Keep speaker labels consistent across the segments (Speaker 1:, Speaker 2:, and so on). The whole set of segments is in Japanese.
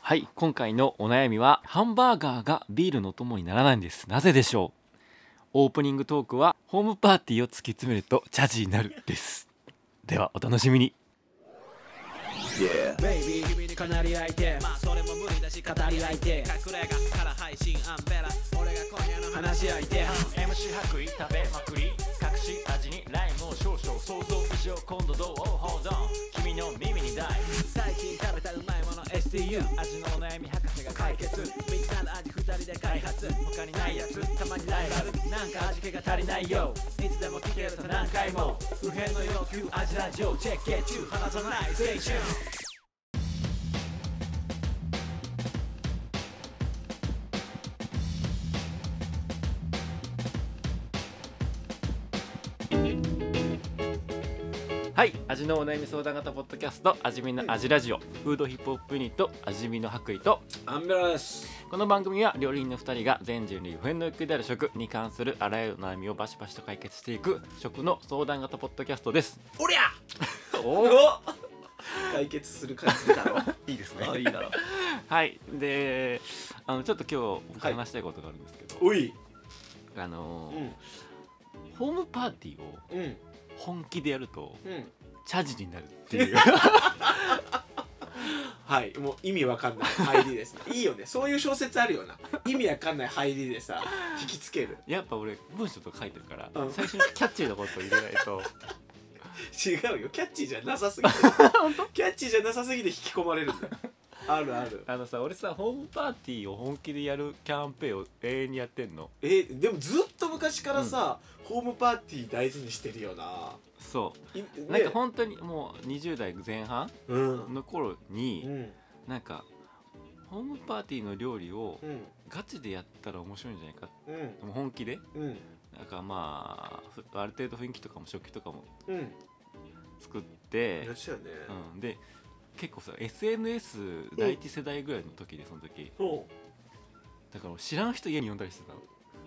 Speaker 1: はい今回のお悩みはハンバーガーがビールの友にならないんですなぜでしょうオープニングトークはホームパーティーを突き詰めるとチャジになるですではお楽しみに
Speaker 2: Yeah.
Speaker 3: ベイビー君にかなり相手まあそれも無理だし語り相手隠れ家から配信アンベラ俺が今夜の話し相手
Speaker 4: MC 白衣食べまくり隠し味にライムを少々想像以上今度どう Hold on 君の耳にダイ
Speaker 3: 最近食べたうまいもの STU
Speaker 4: 味のお悩み博士が
Speaker 3: 解
Speaker 4: 解
Speaker 3: 決
Speaker 4: 決
Speaker 3: みんなの味二人で開発
Speaker 4: 他にないやつ
Speaker 3: たまにライバルなんか味気が足りないよいつでも聞けると何回も不変の要求味ラジオチェッケ中離さないステーション
Speaker 1: はい味のお悩み相談型ポッドキャスト味見の味ラジオフードヒップホップユニット味見の白衣と
Speaker 2: アンベラです。
Speaker 1: この番組は料理人の2人が全人類不変の欲求である食に関するあらゆる悩みをバシバシと解決していく食の相談型ポッドキャストです
Speaker 2: おりゃ
Speaker 1: お
Speaker 2: 解決する感じだろ。
Speaker 1: いいです
Speaker 2: あ いいだろ。
Speaker 1: はいであのちょっと今日僕
Speaker 2: はい
Speaker 1: 話したいことがあるんですけど、
Speaker 2: おい。
Speaker 1: あの
Speaker 2: う
Speaker 1: ー
Speaker 2: ん
Speaker 1: ホームパーティーを
Speaker 2: うん
Speaker 1: 本気でやると
Speaker 2: うん。
Speaker 1: チャジになるっていう
Speaker 2: はい。もう意味わかんない入りですね。いいよね。そういう小説あるよな。意味わかんない入りでさ引きつける。
Speaker 1: やっぱ俺文章とか書いてるから、
Speaker 2: うん
Speaker 1: 最初にキャッチーなことを入れないと
Speaker 2: 違うよ。キャッチーじゃなさすぎて。キャッチーじゃなさすぎて引き込まれるんだよ。あるある。
Speaker 1: あのさ俺さホームパーティーを本気でやるキャンペーンを永遠にやってんの
Speaker 2: えでもずっと昔からさ、ホームパーティー大事にしてるよな。
Speaker 1: そ
Speaker 2: いう
Speaker 1: なん
Speaker 2: ね
Speaker 1: か本当にもう20代前半
Speaker 2: うん
Speaker 1: の頃
Speaker 2: う
Speaker 1: に、
Speaker 2: ん
Speaker 1: なんかホームパーティーの料理を
Speaker 2: うん
Speaker 1: ガチでやったら面白いんじゃないか
Speaker 2: うん
Speaker 1: でも本気で
Speaker 2: うん
Speaker 1: なんかまあふある程度雰囲気とかも食器とかも
Speaker 2: うん。
Speaker 1: 作って
Speaker 2: や、つよね。
Speaker 1: うん、で結構さ SNS 第一世代ぐらいの時でその時
Speaker 2: うん。
Speaker 1: だから知らん人家に呼んだりして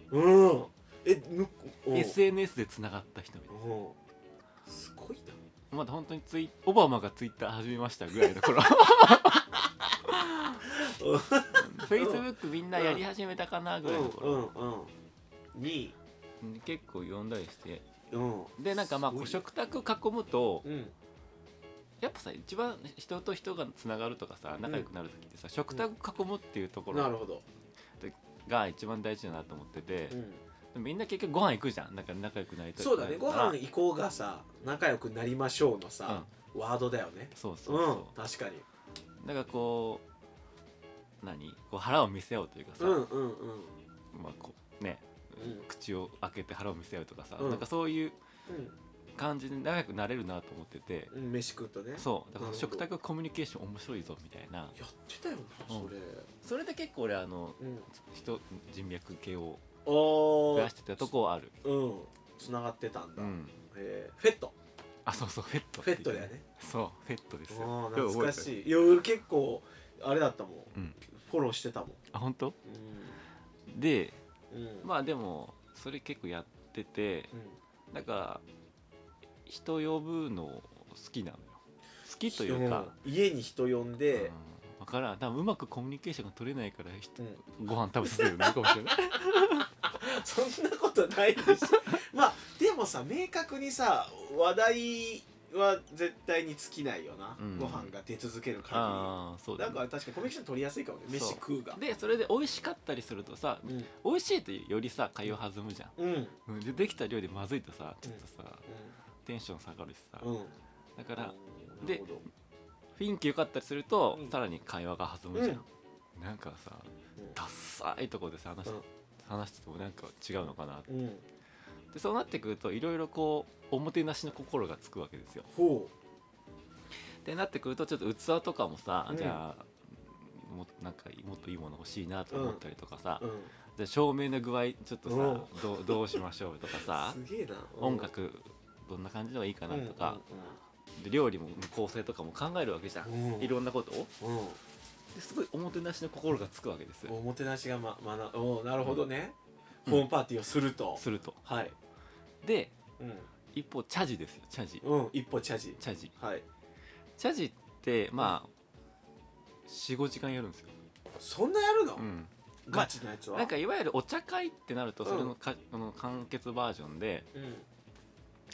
Speaker 1: たの
Speaker 2: うん。え、む、うん
Speaker 1: SNS でつながった人みたい
Speaker 2: うんすごい
Speaker 1: な
Speaker 2: な。
Speaker 1: まだ本当にツイオバマがツイッター始めましたぐらいの頃 Facebook みんなやり始めたかなぐらいの
Speaker 2: うん
Speaker 1: 頃、
Speaker 2: うんうん。に、
Speaker 1: うん結構呼んだりして
Speaker 2: うん。
Speaker 1: でなんかまあ
Speaker 2: す
Speaker 1: こ
Speaker 2: ご
Speaker 1: う
Speaker 2: い
Speaker 1: 食卓囲むと
Speaker 2: うん。
Speaker 1: やっぱさ一番人と人がつながるとかさ仲良くなる時ってさ、食卓囲むっていうとこ
Speaker 2: な
Speaker 1: ろ
Speaker 2: るほど。
Speaker 1: が一番大事だなと思ってて
Speaker 2: う、ん。
Speaker 1: みんな結局ご飯行くじゃんなんか仲良くなりたい
Speaker 2: そうだね。ご飯
Speaker 1: うん
Speaker 2: 行こうがさ、仲良くなりましょうのさ、ワードだよね。
Speaker 1: そうそう
Speaker 2: う
Speaker 1: そ
Speaker 2: ん。
Speaker 1: う、
Speaker 2: 確かに。
Speaker 1: なんかこう何こう腹を見せ合うというかさ、
Speaker 2: うんうんうん。
Speaker 1: まあこうね
Speaker 2: うん
Speaker 1: 口を開けて腹を見せ合うとかさ、
Speaker 2: うん
Speaker 1: なんかそういう感じで仲良くなれるなと思ってて、
Speaker 2: うん。飯食うとね。
Speaker 1: そうだから
Speaker 2: なるほど
Speaker 1: 食卓コミュニケーション面白いぞみたいな
Speaker 2: やってたよな、それ。
Speaker 1: それで結構俺あの
Speaker 2: うん。
Speaker 1: 人人脈系を
Speaker 2: お
Speaker 1: 増や
Speaker 2: ー
Speaker 1: し。てたとこはある
Speaker 2: うん。繋がってたん
Speaker 1: う
Speaker 2: だ。
Speaker 1: ん
Speaker 2: えーフェット。
Speaker 1: あそうそうフェット
Speaker 2: フェットだよね。
Speaker 1: そうフェットです
Speaker 2: あ
Speaker 1: よ
Speaker 2: あ懐か
Speaker 1: い、
Speaker 2: しいいや俺結構あれだったもん
Speaker 1: うん、
Speaker 2: フォローしてたもん
Speaker 1: あ本当
Speaker 2: う
Speaker 1: で
Speaker 2: んうん
Speaker 1: まあでもそれ結構やってて
Speaker 2: うん
Speaker 1: だから人呼ぶの好きなのよ好きというか、
Speaker 2: うん家に人呼ん
Speaker 1: うん
Speaker 2: で、
Speaker 1: 分からん多分うまくコミュニケーションが取れないから人
Speaker 2: うん
Speaker 1: ご飯食べさせるよねかもし れない
Speaker 2: そんなことないでしょまあでもさ明確にさ話題は絶対に尽きないよな、
Speaker 1: うん
Speaker 2: ご飯が出続ける限
Speaker 1: ああそう
Speaker 2: り
Speaker 1: だ
Speaker 2: な
Speaker 1: ね
Speaker 2: んか確かにコミュニケーション取りやすいかもね飯
Speaker 1: そう
Speaker 2: 食うが
Speaker 1: でそれで美味しかったりするとさ
Speaker 2: うん
Speaker 1: 美味しいとよりさ会話弾むじゃん
Speaker 2: うん
Speaker 1: うんでできた料理まずいとさちょっとさ、テンション下がるしさ、
Speaker 2: うんうん
Speaker 1: だから
Speaker 2: な
Speaker 1: で
Speaker 2: るほど
Speaker 1: 雰囲気良かったりすると、
Speaker 2: うん
Speaker 1: さらに会話が弾むじゃん、なんかさダッサいとこでさ話,、
Speaker 2: うん
Speaker 1: 話しててもなんか違うのかなって
Speaker 2: うん、うん、
Speaker 1: でそうなってくるといろいろこうおもてなしの心がつくわけですよ。
Speaker 2: ほ
Speaker 1: ってなってくるとちょっと器とかもさ、
Speaker 2: うん
Speaker 1: じゃあもなんかもっといいもの欲しいなと思ったりとかさ、
Speaker 2: う、うん、
Speaker 1: じゃあ照明の具合ちょっとさ、
Speaker 2: う
Speaker 1: どうど うしましょうとかさ
Speaker 2: すげえな
Speaker 1: 音楽どんな感じのがいいかなとか、、で料理も構成とかも考えるわけじゃん
Speaker 2: う、んうんうん
Speaker 1: いろんなことを
Speaker 2: うん
Speaker 1: ですごいおもてなしの心がつくわけです
Speaker 2: おもてなしがま学おうなるほどね、ホームパーティーをすると、
Speaker 1: すると
Speaker 2: はい
Speaker 1: で
Speaker 2: うん、
Speaker 1: 一方チャジですよチャジ
Speaker 2: うん、一歩チャジ
Speaker 1: チャジ
Speaker 2: はい
Speaker 1: チャジってまあ45時間やるんですよ、
Speaker 2: そんなやるの、
Speaker 1: うん、
Speaker 2: ガチのやつは
Speaker 1: なんかいわゆるお茶会ってなると
Speaker 2: うん
Speaker 1: それのか、あの完結バージョンで
Speaker 2: うん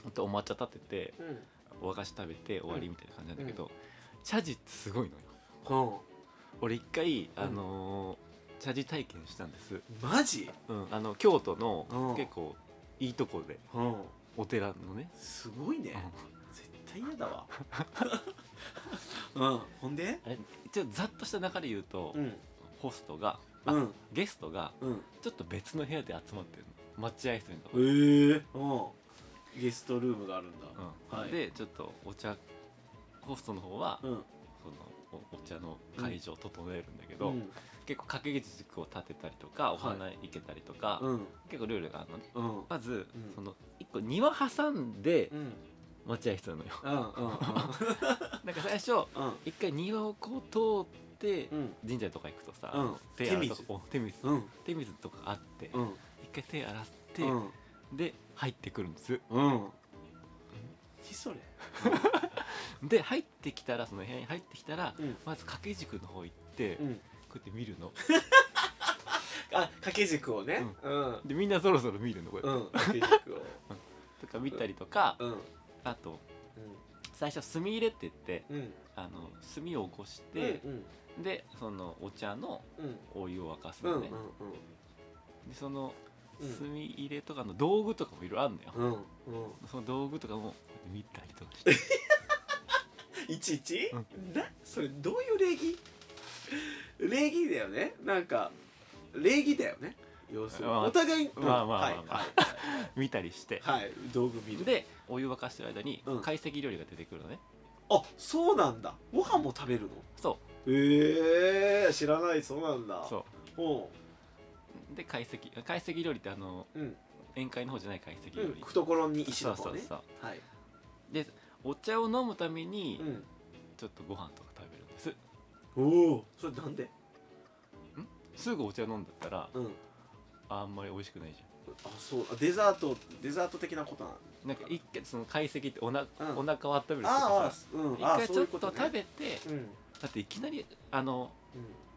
Speaker 1: ほんとお抹茶立てて
Speaker 2: うん
Speaker 1: お菓子食べて終わりみたいな感じなんだけど、チャジってすごいのよ
Speaker 2: ほ
Speaker 1: 俺一回あのーチャジ体験したんです、
Speaker 2: うマジ
Speaker 1: うん、あの京都
Speaker 2: う
Speaker 1: の
Speaker 2: ん
Speaker 1: 結構いいとこで
Speaker 2: ほ
Speaker 1: お寺のね、
Speaker 2: うすごいね
Speaker 1: うん
Speaker 2: 絶対嫌だわ うんほんで
Speaker 1: あれ一応ざっとした中で言うと、
Speaker 2: うん
Speaker 1: ホストが、あ
Speaker 2: うん
Speaker 1: ゲストが
Speaker 2: うん
Speaker 1: ちょっと別の部屋で集まってるの待合室みたいなとこ
Speaker 2: ええうんゲストルームがあるんだ
Speaker 1: うん
Speaker 2: はい
Speaker 1: でちょっとお茶ホストの方は、
Speaker 2: うん
Speaker 1: そのおお茶の会場を整えるんだけど、
Speaker 2: うん
Speaker 1: 結構掛け軸を立てたりとかお花いけたりとか、
Speaker 2: うん
Speaker 1: 結構ルールがあるのね
Speaker 2: うんうん
Speaker 1: まず、
Speaker 2: うん
Speaker 1: その1個庭挟んで
Speaker 2: うん
Speaker 1: 待合室なのよ
Speaker 2: うんうん
Speaker 1: なんか最初
Speaker 2: うん
Speaker 1: 一回庭をこう通って、
Speaker 2: うん
Speaker 1: 神社とか行くとさ、
Speaker 2: うん
Speaker 1: 手洗うとこ手水
Speaker 2: うん
Speaker 1: 手水とかあって、一
Speaker 2: うん
Speaker 1: 回手洗って、
Speaker 2: うん
Speaker 1: で入ってくるんです
Speaker 2: うん何それ
Speaker 1: で入ってきたらその部屋に入ってきたら、
Speaker 2: うん
Speaker 1: まず掛け軸の方行って、こ
Speaker 2: ん
Speaker 1: うやって見るの
Speaker 2: あ掛け軸をねうん
Speaker 1: でみんなそろそろ見るのこれ、
Speaker 2: うん掛け軸を
Speaker 1: とか見たりとか、
Speaker 2: うん
Speaker 1: あと最初炭入れって言って
Speaker 2: うんうん
Speaker 1: あの炭を起こして
Speaker 2: う、ん
Speaker 1: でそのお茶の
Speaker 2: うん
Speaker 1: お湯を沸かす
Speaker 2: うん
Speaker 1: の
Speaker 2: うん
Speaker 1: ね、でその
Speaker 2: うん
Speaker 1: 炭入れとかの道具とかもいろいろあるのよ、
Speaker 2: うんうん
Speaker 1: その道具とかも見たりとかして
Speaker 2: いちいち、
Speaker 1: う
Speaker 2: なそれどういう礼儀礼儀だよねなんか礼儀だよね要するに、
Speaker 1: まあ
Speaker 2: お互い、
Speaker 1: まあまあ
Speaker 2: はい
Speaker 1: まあまあ見たりして、
Speaker 2: はい、はい、道具見る
Speaker 1: でお湯沸かしてる間に
Speaker 2: うん
Speaker 1: 懐石料理が出てくるのね、
Speaker 2: あそうなんだご飯も食べるの
Speaker 1: そ
Speaker 2: ええー、知らないそうなんだ
Speaker 1: うそう
Speaker 2: ほ
Speaker 1: うで懐石懐石料理ってあの
Speaker 2: ううん、
Speaker 1: 宴会の方じゃない懐石
Speaker 2: う
Speaker 1: 料
Speaker 2: ん、
Speaker 1: 理、
Speaker 2: 懐に石
Speaker 1: そ
Speaker 2: の
Speaker 1: う
Speaker 2: 方
Speaker 1: そう
Speaker 2: ね
Speaker 1: そう
Speaker 2: はい、
Speaker 1: でお茶を飲むために
Speaker 2: うん、
Speaker 1: ちょっとご飯とか食べるんです、
Speaker 2: おおそれなんです
Speaker 1: ぐお茶飲んだったら
Speaker 2: うん
Speaker 1: あんまり美味しくないじ
Speaker 2: あそうあデザートデザート的なことなん
Speaker 1: ゃんなんか一回その懐石っておな、
Speaker 2: うん
Speaker 1: お腹を温めると
Speaker 2: あ
Speaker 1: か
Speaker 2: あ
Speaker 1: さ
Speaker 2: うん
Speaker 1: 一
Speaker 2: あ
Speaker 1: 回ち
Speaker 2: そう
Speaker 1: ょっ
Speaker 2: いうことね
Speaker 1: 食べて、
Speaker 2: うんうん
Speaker 1: だっていきなりあの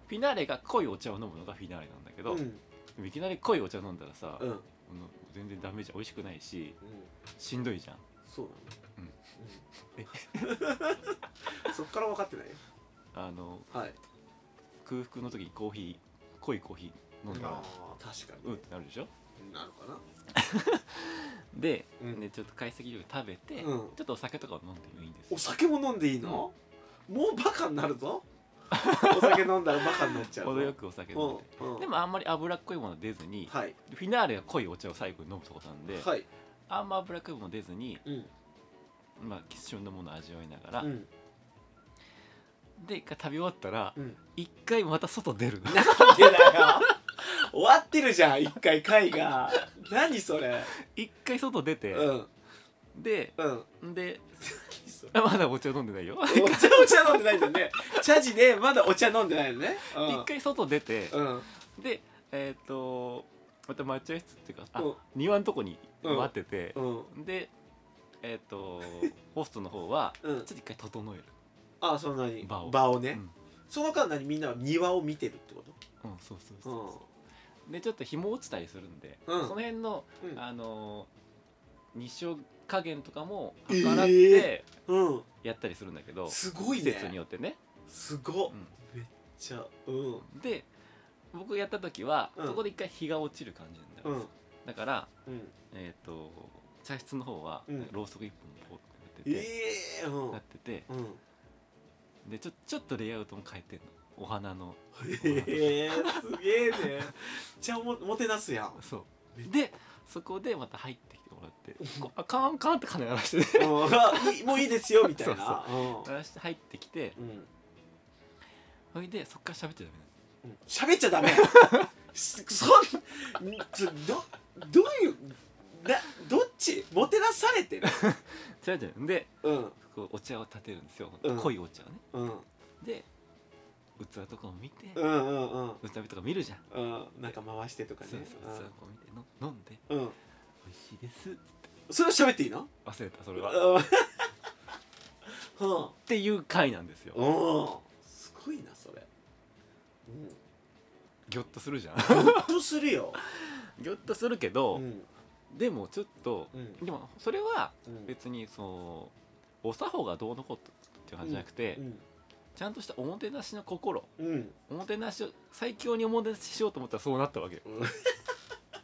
Speaker 1: フィナーレが濃いお茶を飲むのがフィナーレなんだけど、
Speaker 2: うんう
Speaker 1: で
Speaker 2: ん
Speaker 1: もいきなり濃いお茶飲んだらさ、
Speaker 2: うん、うん
Speaker 1: あの全然ダメじゃん美味しくないししんどいじゃん
Speaker 2: そうなの
Speaker 1: うんえ
Speaker 2: うん、そっから分かってないよ
Speaker 1: あの
Speaker 2: はい
Speaker 1: 空腹の時にコーヒー濃いコーヒー飲んだら
Speaker 2: あー確か
Speaker 1: う
Speaker 2: に
Speaker 1: んってなるでしょ
Speaker 2: なのかな
Speaker 1: で、
Speaker 2: うん
Speaker 1: ね、ちょっと懐石料理食べて、
Speaker 2: うん
Speaker 1: ちょっとお酒とかを飲んでもいいんですよ
Speaker 2: お酒も飲んでいいの、もうバカになるぞお酒飲んだらバカになっちゃう
Speaker 1: 程よ
Speaker 2: く
Speaker 1: くお酒飲んで、
Speaker 2: うん、うん、
Speaker 1: でもあんまり脂っこいもの出ずに、
Speaker 2: はい
Speaker 1: フィナーレが濃いお茶を最後に飲むとことなんで、
Speaker 2: はい
Speaker 1: あんま脂っこいもの出ずに、
Speaker 2: うん
Speaker 1: まあ、旬のものを味わいながら、
Speaker 2: うん
Speaker 1: で一回食べ終わったら
Speaker 2: うん
Speaker 1: 一回また外出るの
Speaker 2: なんでだよ終わってるじゃん一回回が何それ
Speaker 1: 一回外出て、
Speaker 2: うんうん
Speaker 1: で
Speaker 2: 何
Speaker 1: で
Speaker 2: それ
Speaker 1: あまだお茶飲んでないよ
Speaker 2: お茶お茶飲んでないんだよねチャジでまだお茶飲んでないのねうん
Speaker 1: 一回外出て、
Speaker 2: うん
Speaker 1: でえっ、とまた待合室っていうか、あ
Speaker 2: うん
Speaker 1: 庭のとこに
Speaker 2: うん
Speaker 1: 待ってて
Speaker 2: う、ん
Speaker 1: でえっ、とホストの方はち
Speaker 2: う
Speaker 1: ょ
Speaker 2: ん
Speaker 1: っと一回整える、
Speaker 2: あそんなに
Speaker 1: 場を
Speaker 2: ね、
Speaker 1: うん
Speaker 2: その間何みんなは庭を見てるってこ
Speaker 1: うん、そうそうそうそう、
Speaker 2: と
Speaker 1: でちょっと日も落ちたりするんで、
Speaker 2: うん
Speaker 1: その辺の、
Speaker 2: うん
Speaker 1: あのー日照加減とかも
Speaker 2: えー
Speaker 1: 計らって
Speaker 2: うん、うん、
Speaker 1: やったりするんだけど、
Speaker 2: すごい
Speaker 1: 季節に
Speaker 2: ね
Speaker 1: よってね、
Speaker 2: すごっ
Speaker 1: うん
Speaker 2: じゃあうん
Speaker 1: で僕やった時は、
Speaker 2: うん
Speaker 1: そこで一回日が落ちる感じになる
Speaker 2: うんん
Speaker 1: です、だから
Speaker 2: うん
Speaker 1: えっ、と茶室の方は、
Speaker 2: うん
Speaker 1: ろうそく一本ポーってなってて、
Speaker 2: ええう ん
Speaker 1: なってて
Speaker 2: うん
Speaker 1: でちょちょっとレイアウトも変えてんのお花の
Speaker 2: ええすげえねじゃあももてな すやん
Speaker 1: そうでそこでまた入ってきてもらってこうあカンカンって鐘鳴らしてね
Speaker 2: うんあいいもういいですよみたいな
Speaker 1: 鳴らして入ってきて
Speaker 2: うんうん
Speaker 1: それでそっから喋っちゃダメなの
Speaker 2: うん喋っちゃダメすそんんつどどういうなどっちもてなされてる
Speaker 1: 違う違うで
Speaker 2: うん
Speaker 1: こうお茶を立てるんですよ、
Speaker 2: うん
Speaker 1: 濃いお茶をね
Speaker 2: うん
Speaker 1: で器とかを見て、
Speaker 2: うんうんうん
Speaker 1: 器とか見るじゃん、
Speaker 2: うんなんか回してとかね
Speaker 1: そうそう器をこう見ての飲んで
Speaker 2: うんうん
Speaker 1: 美味しいですって
Speaker 2: それを喋っていいの
Speaker 1: 忘れたそれはっ
Speaker 2: うん
Speaker 1: ていう回なんですよ
Speaker 2: うんすごいなそれうん
Speaker 1: ギョッとするじゃん
Speaker 2: ほっとするよ
Speaker 1: ギョッとするけ
Speaker 2: う
Speaker 1: ど、
Speaker 2: ん
Speaker 1: でもちょっと
Speaker 2: うん
Speaker 1: でもそれは
Speaker 2: うん
Speaker 1: 別にそのお作法がどうのこうとっていう話じゃなくて、
Speaker 2: うん
Speaker 1: ちゃんとしたおもてなしの心
Speaker 2: うん
Speaker 1: おもてなしを最強におもてなししようと思ったらそうなったわけよ
Speaker 2: うん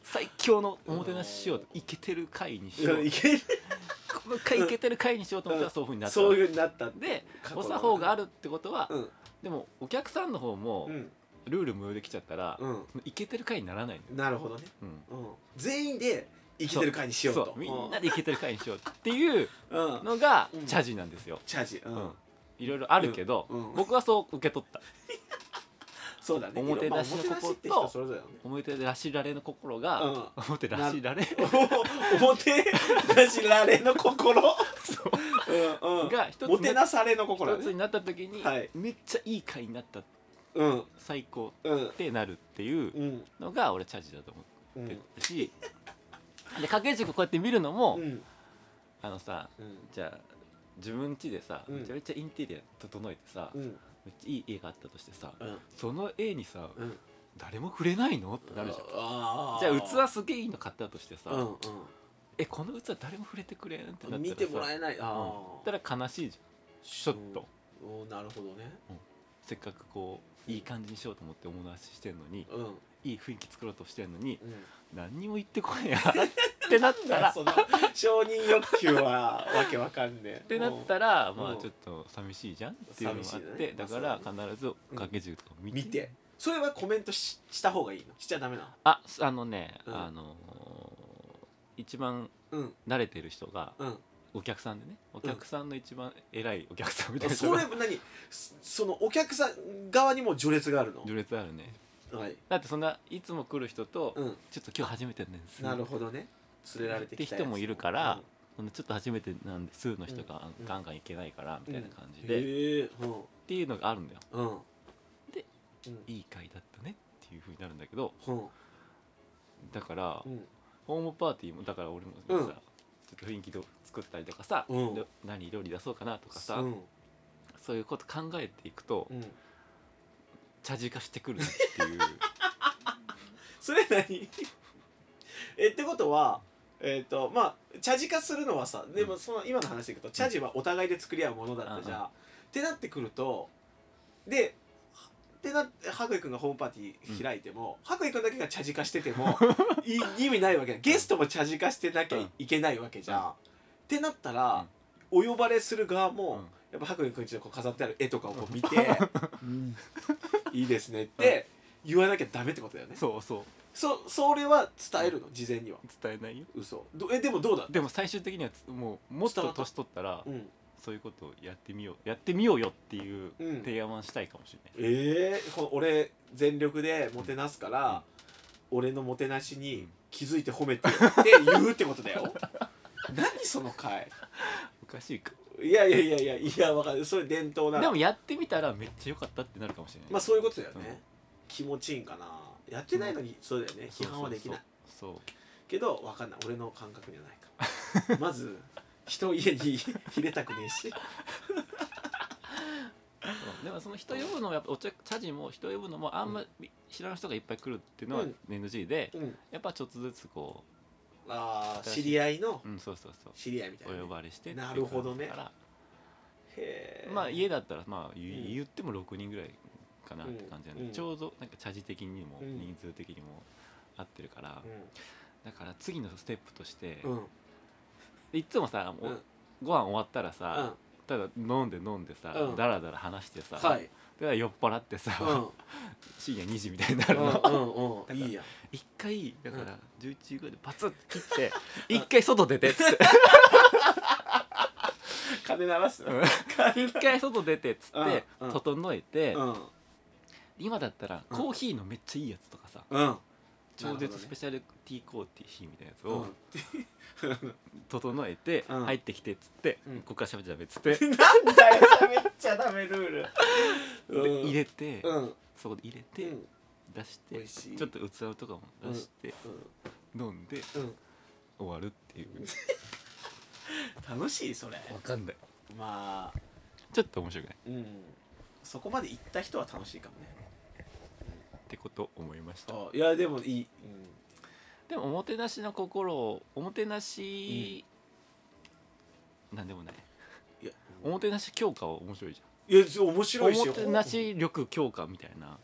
Speaker 1: 最強のおもてなししようといけてる回にし
Speaker 2: い
Speaker 1: よ
Speaker 2: や
Speaker 1: う
Speaker 2: いける
Speaker 1: この回いけてる回にしようと思ったらそういうふうになった
Speaker 2: そ
Speaker 1: わ
Speaker 2: う
Speaker 1: け
Speaker 2: いうふうになったって
Speaker 1: で
Speaker 2: 過去
Speaker 1: お
Speaker 2: の
Speaker 1: 作法があるってことは、
Speaker 2: うん
Speaker 1: でもお客さんの方も
Speaker 2: うん
Speaker 1: ルール無用できちゃったら、
Speaker 2: うん
Speaker 1: いけてる回にならないのよ、
Speaker 2: なるほどね
Speaker 1: うん
Speaker 2: うん全員で生きてる会にしよう
Speaker 1: そ
Speaker 2: と
Speaker 1: みんなでいけてる回にしようっていう
Speaker 2: うんうん
Speaker 1: のが
Speaker 2: うん
Speaker 1: チャージなんですよ、
Speaker 2: チャージう
Speaker 1: うん
Speaker 2: ん
Speaker 1: いろいろあるけど、
Speaker 2: うんうん
Speaker 1: 僕はそう受け取った
Speaker 2: そうだね
Speaker 1: おもてなしの
Speaker 2: まあおもてなしって
Speaker 1: こと
Speaker 2: 人それぞれだよね
Speaker 1: 思い出らしられの心
Speaker 2: う
Speaker 1: が、
Speaker 2: ん
Speaker 1: 思い出らしられ
Speaker 2: おもてなしられの心うんうん
Speaker 1: が一つ
Speaker 2: もてなされの心
Speaker 1: 一
Speaker 2: ね
Speaker 1: つになった時に、
Speaker 2: はい
Speaker 1: めっちゃいい回になった
Speaker 2: うん
Speaker 1: 最高
Speaker 2: うん
Speaker 1: ってなるっていう
Speaker 2: うん
Speaker 1: のが俺チャージだと思
Speaker 2: う
Speaker 1: って
Speaker 2: ん
Speaker 1: たし、で掛け軸こうやって見るのも、
Speaker 2: うん
Speaker 1: あのさ
Speaker 2: うん
Speaker 1: じゃあ自分家でさ、
Speaker 2: うん
Speaker 1: めちゃめちゃインテリア整えてさ、
Speaker 2: う
Speaker 1: めっ
Speaker 2: ん
Speaker 1: ちゃいい絵があったとしてさ、
Speaker 2: うん
Speaker 1: その絵にさ
Speaker 2: うん
Speaker 1: 誰も触れないのってなるじゃん。
Speaker 2: あ
Speaker 1: じゃあ器すげえいいの買ったとしてさ、
Speaker 2: うん
Speaker 1: えこの器誰も触れてくれんってなったら
Speaker 2: う
Speaker 1: さ
Speaker 2: ん見てもらえない
Speaker 1: うん
Speaker 2: ああ
Speaker 1: だったら悲しいじゃんちょっと、
Speaker 2: おなるほどね
Speaker 1: せっかくこういい感じにしようと思っておもなししてんのに
Speaker 2: うん
Speaker 1: いい雰囲気作ろうとしてんのに
Speaker 2: うん
Speaker 1: 何にも言ってこね えやってなったらっ
Speaker 2: その承認欲求はわけわかんねえ
Speaker 1: てなったらまあ
Speaker 2: うん
Speaker 1: ちょっと寂しいじゃんっていうのもあっ
Speaker 2: 寂しい
Speaker 1: て
Speaker 2: ね
Speaker 1: だから必ず掛け軸とか見て,、
Speaker 2: 見てそれはコメントしした方がいいのしちゃダメな
Speaker 1: あすあのね、
Speaker 2: うん
Speaker 1: あのー一番
Speaker 2: のうん
Speaker 1: 慣れてる人が
Speaker 2: うん
Speaker 1: お客さんでねお客さんの一番偉いお客さんみたいな人
Speaker 2: それ
Speaker 1: が
Speaker 2: 何そそのお客さん側にも序列があるの
Speaker 1: 序列あるね
Speaker 2: はい
Speaker 1: だってそんないつも来る人と、
Speaker 2: うん
Speaker 1: ちょっと今日初めてなんです
Speaker 2: なるほどね連れられてきたやつ
Speaker 1: って人もいるからそのちょっと初めてなんですの人が
Speaker 2: うん
Speaker 1: ガンガンいけないからみたいな感
Speaker 2: う
Speaker 1: じ
Speaker 2: ん、
Speaker 1: で、っ
Speaker 2: へえうん
Speaker 1: ていうのがあるんだよ
Speaker 2: うん
Speaker 1: で
Speaker 2: うん
Speaker 1: いい回だったねっていうふうになるんだけど
Speaker 2: うん
Speaker 1: だから、
Speaker 2: うん
Speaker 1: ホームパーティーもだから俺もさ、
Speaker 2: うん
Speaker 1: ちょっと雰囲気どう作ったりとかさ、
Speaker 2: うん
Speaker 1: ど何料理出そうかなとかさ、
Speaker 2: うん
Speaker 1: そういうこと考えていくと、
Speaker 2: うん
Speaker 1: 茶事化してくるなって いう
Speaker 2: それ何 えってことはえっ、とまあ茶事化するのはさでもその今の話でいくと茶事はお互いで作り合うものだったじゃん、
Speaker 1: うん
Speaker 2: ってなってくるとでってなって羽く君がホームパーティー開いても羽く君だけが茶事化して てもい意味ないわけだゲストも茶事化してなきゃいけないわけじゃん、
Speaker 1: うん
Speaker 2: ってなったら、お呼ばれする側も、やっぱ白衣くんちのこう飾ってある絵とかをこう 見て「うんいいですね」って言わなきゃダメってことだよね
Speaker 1: そうそう
Speaker 2: そそれは伝えるの事前には
Speaker 1: 伝えないよ
Speaker 2: 嘘どえでもどうだ
Speaker 1: でも最終的にはつもうもっ
Speaker 2: 伝
Speaker 1: と
Speaker 2: わった
Speaker 1: 年取ったら
Speaker 2: うん
Speaker 1: そういうことをやってみようやってみようよっていう
Speaker 2: うん
Speaker 1: 提案はしたいかもしれない、
Speaker 2: ええー、俺全力でもてなすから、俺のもてなしに気づいて褒め てって言うってことだよ何その回
Speaker 1: おかしいか
Speaker 2: いやいやいやいやいやわかるそれ伝統な
Speaker 1: でもやってみたらめっちゃ良かったってなるかもしれない、
Speaker 2: まあそういうことだよね、
Speaker 1: うん
Speaker 2: 気持ちいいんかなやってないのにそうだよね
Speaker 1: そうそうそ
Speaker 2: 批
Speaker 1: う
Speaker 2: 判はできない
Speaker 1: そう
Speaker 2: けど分かんない俺の感覚にはない かもまず人を家に 入れたくねえし
Speaker 1: うんでもその人呼ぶのもやっぱお茶茶事も人呼ぶのもあんまり知らん人がいっぱい来るっていうのは
Speaker 2: うん
Speaker 1: NG で、
Speaker 2: うん
Speaker 1: やっぱちょっとずつこ
Speaker 2: あー
Speaker 1: 新しい
Speaker 2: 知り合いの
Speaker 1: ううんそうそうそう
Speaker 2: 知り合いみたいなね、
Speaker 1: お呼ばれしてっていう
Speaker 2: なるほどね
Speaker 1: 感じだか
Speaker 2: へえ
Speaker 1: らまあ家だったらまあ言,、
Speaker 2: うん
Speaker 1: 言っても6人ぐらいかなって感じなんで、
Speaker 2: うん
Speaker 1: ちょうどなんか茶事的にも
Speaker 2: うん
Speaker 1: 人数的にも合ってるから、
Speaker 2: う
Speaker 1: だから次のステップとして、
Speaker 2: んうん
Speaker 1: いつもさ、お
Speaker 2: うん
Speaker 1: ご飯終わったら
Speaker 2: う
Speaker 1: さ
Speaker 2: ん、
Speaker 1: ただ飲んで飲んでさ、
Speaker 2: うん
Speaker 1: だらだら話してさ、
Speaker 2: はい
Speaker 1: で酔っ払ってさ、
Speaker 2: うんうん
Speaker 1: 深夜2時みたいになるの、
Speaker 2: うんうんいいやん
Speaker 1: 一回だか
Speaker 2: う
Speaker 1: ら11時ぐらいでパツッて切って一回外出てっつって
Speaker 2: 金鳴らす
Speaker 1: うん一回外出てっつって
Speaker 2: うんうん
Speaker 1: 整えて、
Speaker 2: うん
Speaker 1: 今だったら
Speaker 2: うん
Speaker 1: コーヒーのめっちゃいいやつとかさ、
Speaker 2: うん
Speaker 1: 超絶スペシャルティーコーティーみたいなやつを
Speaker 2: うん
Speaker 1: 整えて、
Speaker 2: うん
Speaker 1: 入ってきてっつって、
Speaker 2: うん
Speaker 1: ここから喋っちゃダメっつって、
Speaker 2: なんだよ喋っちゃダメルール
Speaker 1: で入
Speaker 2: れ
Speaker 1: れて、
Speaker 2: うんうん
Speaker 1: そこで入れて、出して
Speaker 2: 美味しい
Speaker 1: ちょっと器とかも出して、飲んで
Speaker 2: うん
Speaker 1: 終わるっていう
Speaker 2: 楽しいそれ
Speaker 1: わかんない
Speaker 2: まあ
Speaker 1: ちょっと面白くない
Speaker 2: うんそこまで行った人は楽しいかもね
Speaker 1: ってこと思いました
Speaker 2: あいやでもいい、
Speaker 1: でもおもてなしの心をおもてなし、なんでもない
Speaker 2: うん、いや
Speaker 1: おもてなし強化は面白いじ
Speaker 2: いや面
Speaker 1: ゃんお
Speaker 2: 白いし
Speaker 1: もてなし力強化みたいな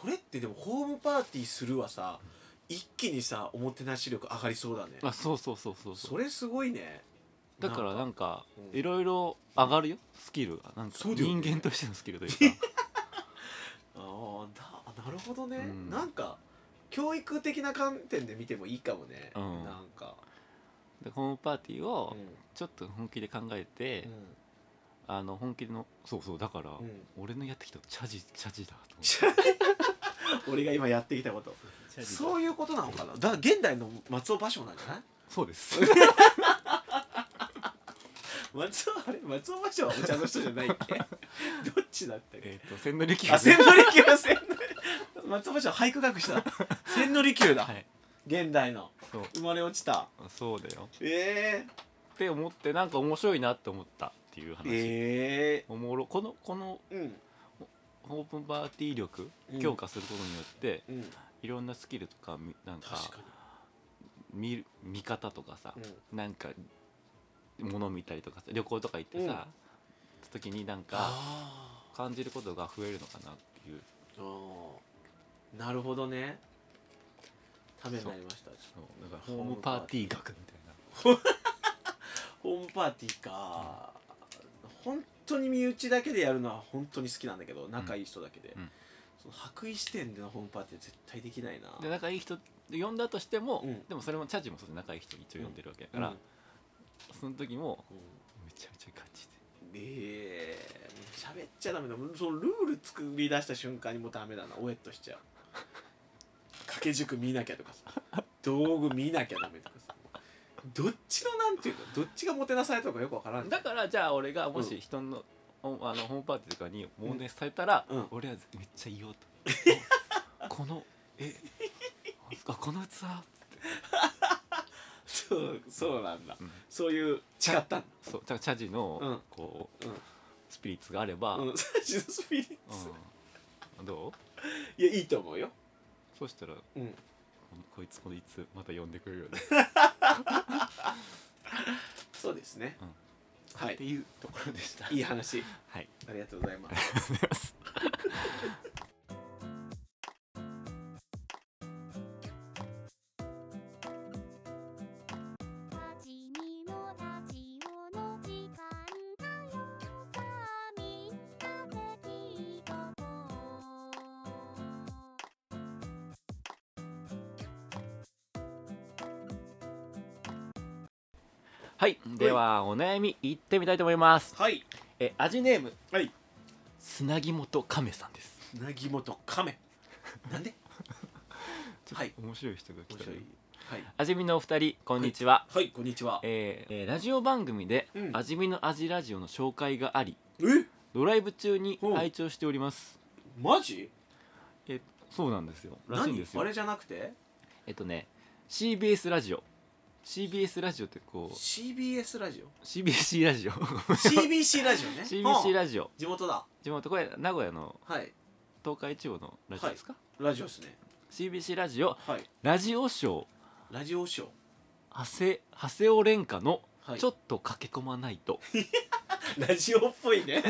Speaker 2: それってでもホームパーティーするはさ一気にさおもてなし力上がりそうだね
Speaker 1: あそうそうそうそうそう
Speaker 2: それすごいね
Speaker 1: だからなんか
Speaker 2: うん
Speaker 1: いろいろ上がるよスキルがなんか
Speaker 2: そうだよね
Speaker 1: 人間としてのスキル というか
Speaker 2: ああだなるほどね、
Speaker 1: うん
Speaker 2: なんか教育的な観点で見てもいいかもね、
Speaker 1: うん
Speaker 2: なんか、
Speaker 1: でホームパーティー
Speaker 2: う
Speaker 1: を
Speaker 2: ん
Speaker 1: ちょっと本気で考えて、あの本気のそうそうだから、
Speaker 2: うん
Speaker 1: 俺のやってきたことチャジチャジだと思って
Speaker 2: うん俺が今やってきたこと
Speaker 1: チャジだ
Speaker 2: そういうことなのかなだから現代の松尾芭蕉なんじゃない
Speaker 1: そうです
Speaker 2: 松尾あれ松尾芭蕉はお茶の人じゃないっ けどっちだったっ け
Speaker 1: えっと千利休
Speaker 2: あ千利休は千利松尾芭蕉俳句学した千利休だ、
Speaker 1: はい
Speaker 2: 現代の
Speaker 1: そう
Speaker 2: 生まれ落ちた
Speaker 1: そうだよ
Speaker 2: え
Speaker 1: って思ってなんか面白いなって思ったっていう
Speaker 2: え
Speaker 1: 話、
Speaker 2: え
Speaker 1: おもろこのこの
Speaker 2: えうん
Speaker 1: オープンパーティー力
Speaker 2: うん
Speaker 1: 強化することによって、
Speaker 2: うん
Speaker 1: いろんなスキルとかみなんか
Speaker 2: 確か
Speaker 1: 見る見方とかさ、
Speaker 2: に、
Speaker 1: なんか物見たりとかさ旅行とか行ってさ、時になんか
Speaker 2: あ
Speaker 1: 感じることが増えるのかなっていう
Speaker 2: ーあーなるほどねためになりまし
Speaker 1: そ
Speaker 2: た
Speaker 1: うだからホームパーティー学みたいな
Speaker 2: ホームパーティーか、本当に身内だけでやるのは本当に好きなんだけど仲いい人だけで、
Speaker 1: うん
Speaker 2: その白衣視点でのホームパーティーは絶対できないな
Speaker 1: で仲いい人呼んだとしても、
Speaker 2: うん
Speaker 1: でもそれもチャジもそうで仲いい人一応呼んでるわけだから、
Speaker 2: うん
Speaker 1: その時も
Speaker 2: うん
Speaker 1: めちゃめちゃ感じて
Speaker 2: えー、もう喋っちゃダメだもうそのルール作り出した瞬間にもうダメだなおえっとしちゃう掛け軸見なきゃとかさ道具見なきゃダメとかさどっちのなんていうかどっちがもてなされたのかよくわからん
Speaker 1: だからじゃあ俺がもし人の,お、あのホームパーティーとかに問題されたら、
Speaker 2: うん
Speaker 1: 俺はめっちゃ言おうとあこのえあこの器、
Speaker 2: そうそうなんだ
Speaker 1: うん
Speaker 2: そういう誓ったんだ
Speaker 1: そうだからチャジの、
Speaker 2: うん
Speaker 1: こう、
Speaker 2: うん
Speaker 1: スピリッツがあれば、
Speaker 2: うんサジのスピリッツ、
Speaker 1: うんどう
Speaker 2: いやいいと思うよ
Speaker 1: そうしたら
Speaker 2: うん
Speaker 1: こいつこいつまた呼んでくれるよ ね、
Speaker 2: そうですね、
Speaker 1: うん
Speaker 2: は
Speaker 1: っ
Speaker 2: い
Speaker 1: ていうところでした
Speaker 2: いい話
Speaker 1: はい
Speaker 2: ありがとうござい ます
Speaker 1: ありがとうございます
Speaker 5: 立ち見の立ちをの時間だよさあみんなで聞いとこう
Speaker 1: はいではお悩みいってみたいと思います
Speaker 2: はい
Speaker 1: え味ネーム
Speaker 2: はい
Speaker 1: 砂肝と亀さんです
Speaker 2: うなぎもと亀なんで
Speaker 1: ちょっと
Speaker 2: はい
Speaker 1: 面白い人が来
Speaker 2: 面
Speaker 1: た
Speaker 2: 白
Speaker 1: ね
Speaker 2: いはい
Speaker 1: 味見のお二人こんにちは、
Speaker 2: はいこんにちはえ
Speaker 1: えーえーラジオ番組で、
Speaker 2: うん
Speaker 1: 味見の味ラジオの紹介がありドライブ中に
Speaker 2: ほう
Speaker 1: 拝聴しております
Speaker 2: マジ
Speaker 1: えーそうなんですよらしいん
Speaker 2: 何
Speaker 1: です
Speaker 2: あ
Speaker 1: よ
Speaker 2: れじゃなくて
Speaker 1: えっとね CBS ラジオ CBS ラジオってこう
Speaker 2: CBS ラジ
Speaker 1: CBC ラジオ
Speaker 2: オ CBC ラジオね
Speaker 1: CBC
Speaker 2: ジ
Speaker 1: ラジオ
Speaker 2: オ地元だ
Speaker 1: 地元これ名古屋の
Speaker 2: はい
Speaker 1: 東海地方のラジオですか、
Speaker 2: ラジオですね
Speaker 1: CBC ラジオ
Speaker 2: はい
Speaker 1: ラジオショー
Speaker 2: ラジオショー
Speaker 1: 長谷長谷尾廉歌の
Speaker 2: はい
Speaker 1: ちょっと駆け込まないと
Speaker 2: ラジオっぽい ね